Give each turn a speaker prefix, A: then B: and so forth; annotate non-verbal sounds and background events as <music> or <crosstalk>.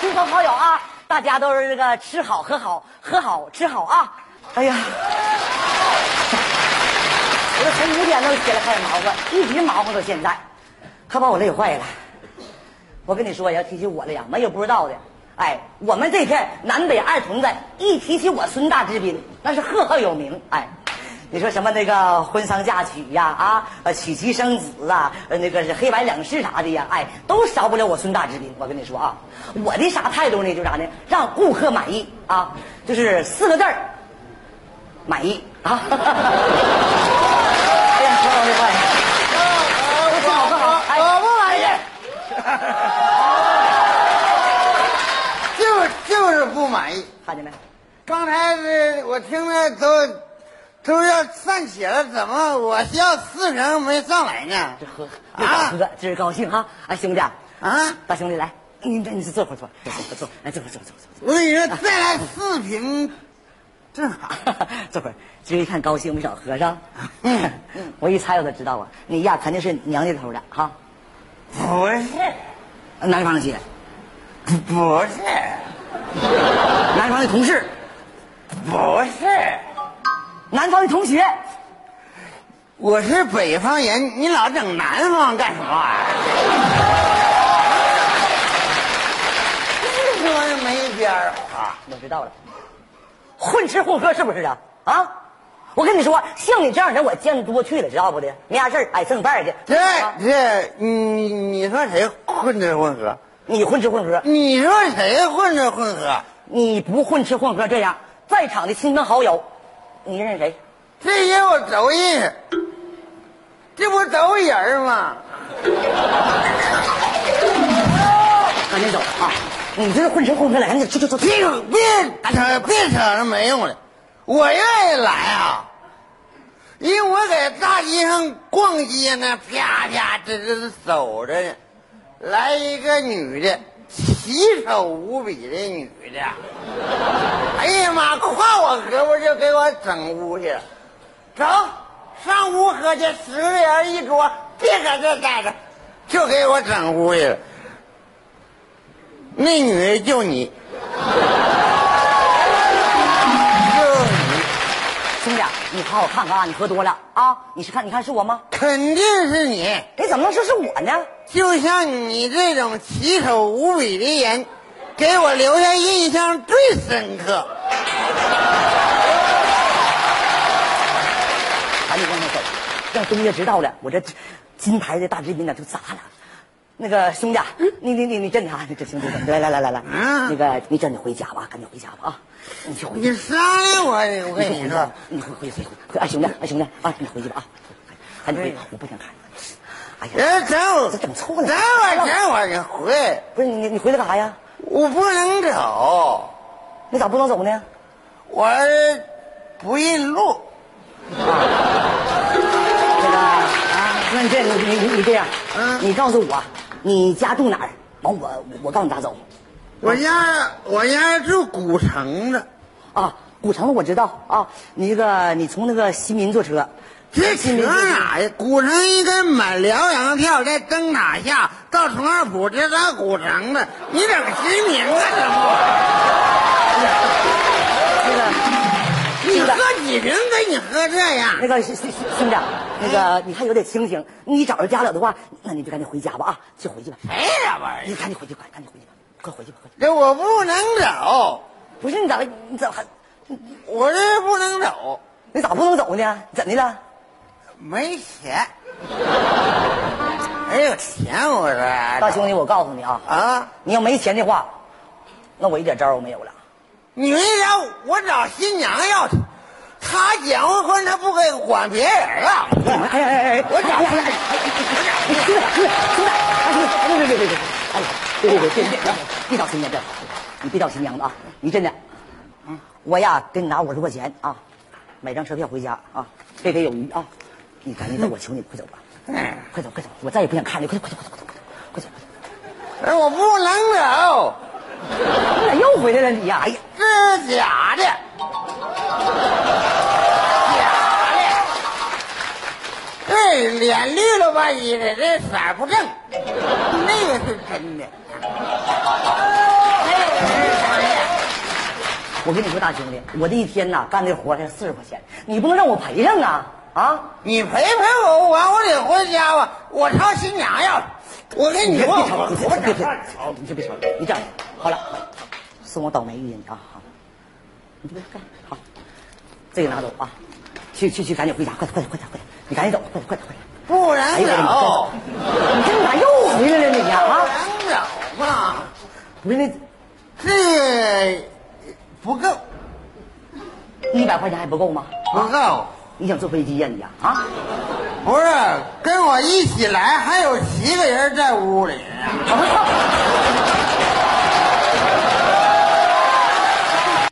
A: 亲朋好友啊，大家都是这个吃好喝好喝好吃好啊！哎呀，我这从五点钟起来开始忙活，一直忙活到现在，可把我累坏了。我跟你说，要提起我来呀，没有不知道的。哎，我们这片南北二同志一提起我孙大之滨，那是赫赫有名。哎，你说什么那个婚丧嫁娶呀，啊，呃娶妻生子啊，呃那个是黑白两世啥的呀，哎，都少不了我孙大之滨。我跟你说啊，我的啥态度呢？就啥呢？让顾客满意啊，就是四个字儿，满意啊。哎呀，说到这块，吃好喝好，哎，
B: 我不满意，就是就是不满意。
A: 看见没？
B: 刚才这我听着都都要散起了，怎么我叫四成没上来呢？
A: 这喝
B: 啊
A: 啊，喝，这是高兴哈！哎，兄弟啊，
B: 啊！
A: 大兄弟来，你这你坐会儿坐会儿坐坐，哎，坐会儿坐会儿坐
B: 我跟你说，再来四瓶，
A: <laughs>
B: 正好。
A: 会儿坐会儿。今儿一看高兴没少喝是吧？
B: 嗯
A: <laughs> 我一猜我就知道啊，你呀肯定是娘家头的哈，
B: 不是，
A: 啊南方姐，
B: 不是，
A: 南方的同事，
B: 不是，
A: 南方的同学，
B: 我是北方人，你老整南方干什么玩意儿？这玩意儿没边儿啊！
A: 我知道了，混吃混喝是不是啊？啊！我跟你说，像你这样人我见多去了，知道不的？没啥事儿，哎，挣饭去。
B: 这
A: 啊
B: 这，你你说谁混吃混喝？
A: 你混吃混喝，
B: 你说谁混吃混喝？
A: 你不混吃混喝这样，在场的亲朋好友，你认识谁？
B: 这些我都认识，这不都人儿吗？
A: 赶紧走啊！你这是混吃混喝来，赶紧走走走走。
B: 别别扯别扯那没用的，我愿意来啊，因为我在大街上逛街呢，啪啪这这这走着呢，来一个女的，奇丑无比的女的，哎呀妈，挎我胳膊就给我整屋去了，走，上屋喝去，十个人一桌，别搁这待着，就给我整屋去了。那女的就你。就
A: 兄弟啊，你好好看看啊，你喝多了啊？你是看你看是我吗？
B: 肯定是你，
A: 你怎么能说是我呢？
B: 就像你这种奇丑无比的人，给我留下印象最深刻。
A: 赶紧跟他走，让东家知道了，我这金牌的大直宾呢就砸了。那个兄弟啊，你你你你真的啊，你这兄弟真的来来来来来，
B: 嗯
A: 那个你真的回家吧，赶紧回家吧啊！你去回去，
B: 你商量我，我跟你说，
A: 你回回去回回，哎兄弟哎兄弟啊，你回去吧啊，赶紧回去，我不想看你。哎呀，
B: 人整我，
A: 这
B: 整
A: 整错
B: 我，
A: 了
B: 整我，你回，
A: 不是你你回来干啥呀？
B: 我不能走，
A: 你咋不能走呢？
B: 我不认路。
A: 那个啊，那你这你你你你这样，
B: 哎嗯
A: 你告诉我你家住哪儿，完我我我告诉你咋走，
B: 我家我家住古城的，
A: 啊，古城我知道啊，你那个你从那个西民坐车，
B: 这
A: 西
B: 扯
A: 民坐车
B: 哪呀？古城应该买辽阳票，在灯塔下到崇二浦，这到古城的。你整西明啊？这不，
A: 那个
B: 你
A: 是的
B: 喝几瓶给你喝这样？
A: 那个兄兄兄弟，那个你还有点清醒，你找着家了的话，那你就赶紧回家吧啊，就回去吧，
B: 哎呀玩意
A: 你
B: 儿？
A: 赶紧回去吧，赶紧回去吧，快回去吧，快！
B: 这我不能走，
A: 不是你咋你咋还
B: 我这不能走，
A: 你咋不能走呢？怎的了？
B: 没钱。没有钱，我说
A: 大兄弟，我告诉你啊，
B: 啊，
A: 你要没钱的话，那我一点招儿都没有了。
B: 你为啥我找新娘要去？她结完婚，她不给管别人了。
A: 哎哎哎哎！
B: 我找
A: 哎哎哎！兄弟，兄弟，兄弟，哎，别别别别别！哎，别别别别别！别找新娘子，你别找新娘子啊！你真的，嗯我呀给你拿五十块钱啊，买张车票回家啊，贝贝有余啊！你赶紧走，我求你快走吧，快走快走！我再也不想看你，快走快走快走快走快走！
B: 哎，我不能走，
A: 你咋又回来了你呀？哎呀，
B: 这是假的，假的。这脸绿了吧唧的，这色儿不正，那个是真的。
A: 哎呀，我跟你说，大兄弟，我这一天呐干这活才四十块钱，你不能让我赔上啊啊！
B: 你陪陪我，完我得回家吧，我操新娘要，我给
A: 你
B: 你
A: 别
B: 问
A: 别吵，
B: 我
A: 别
B: 我
A: 别别吵，你就别吵，你这样好了，送我倒霉运啊！好，你就别干好，这个拿走啊！去去去，赶紧回家，快点快点快点快点，你赶紧走，快点快点快点！
B: 不能走，
A: 你这咋又回来了你呀
B: 不
A: 啊？
B: 能走嘛，
A: 回来
B: 这不够
A: 一百块钱还不够吗？
B: 不够，
A: 你想坐飞机呀你呀啊？
B: 不是跟我一起来还有七个人在屋里呢。
A: 啊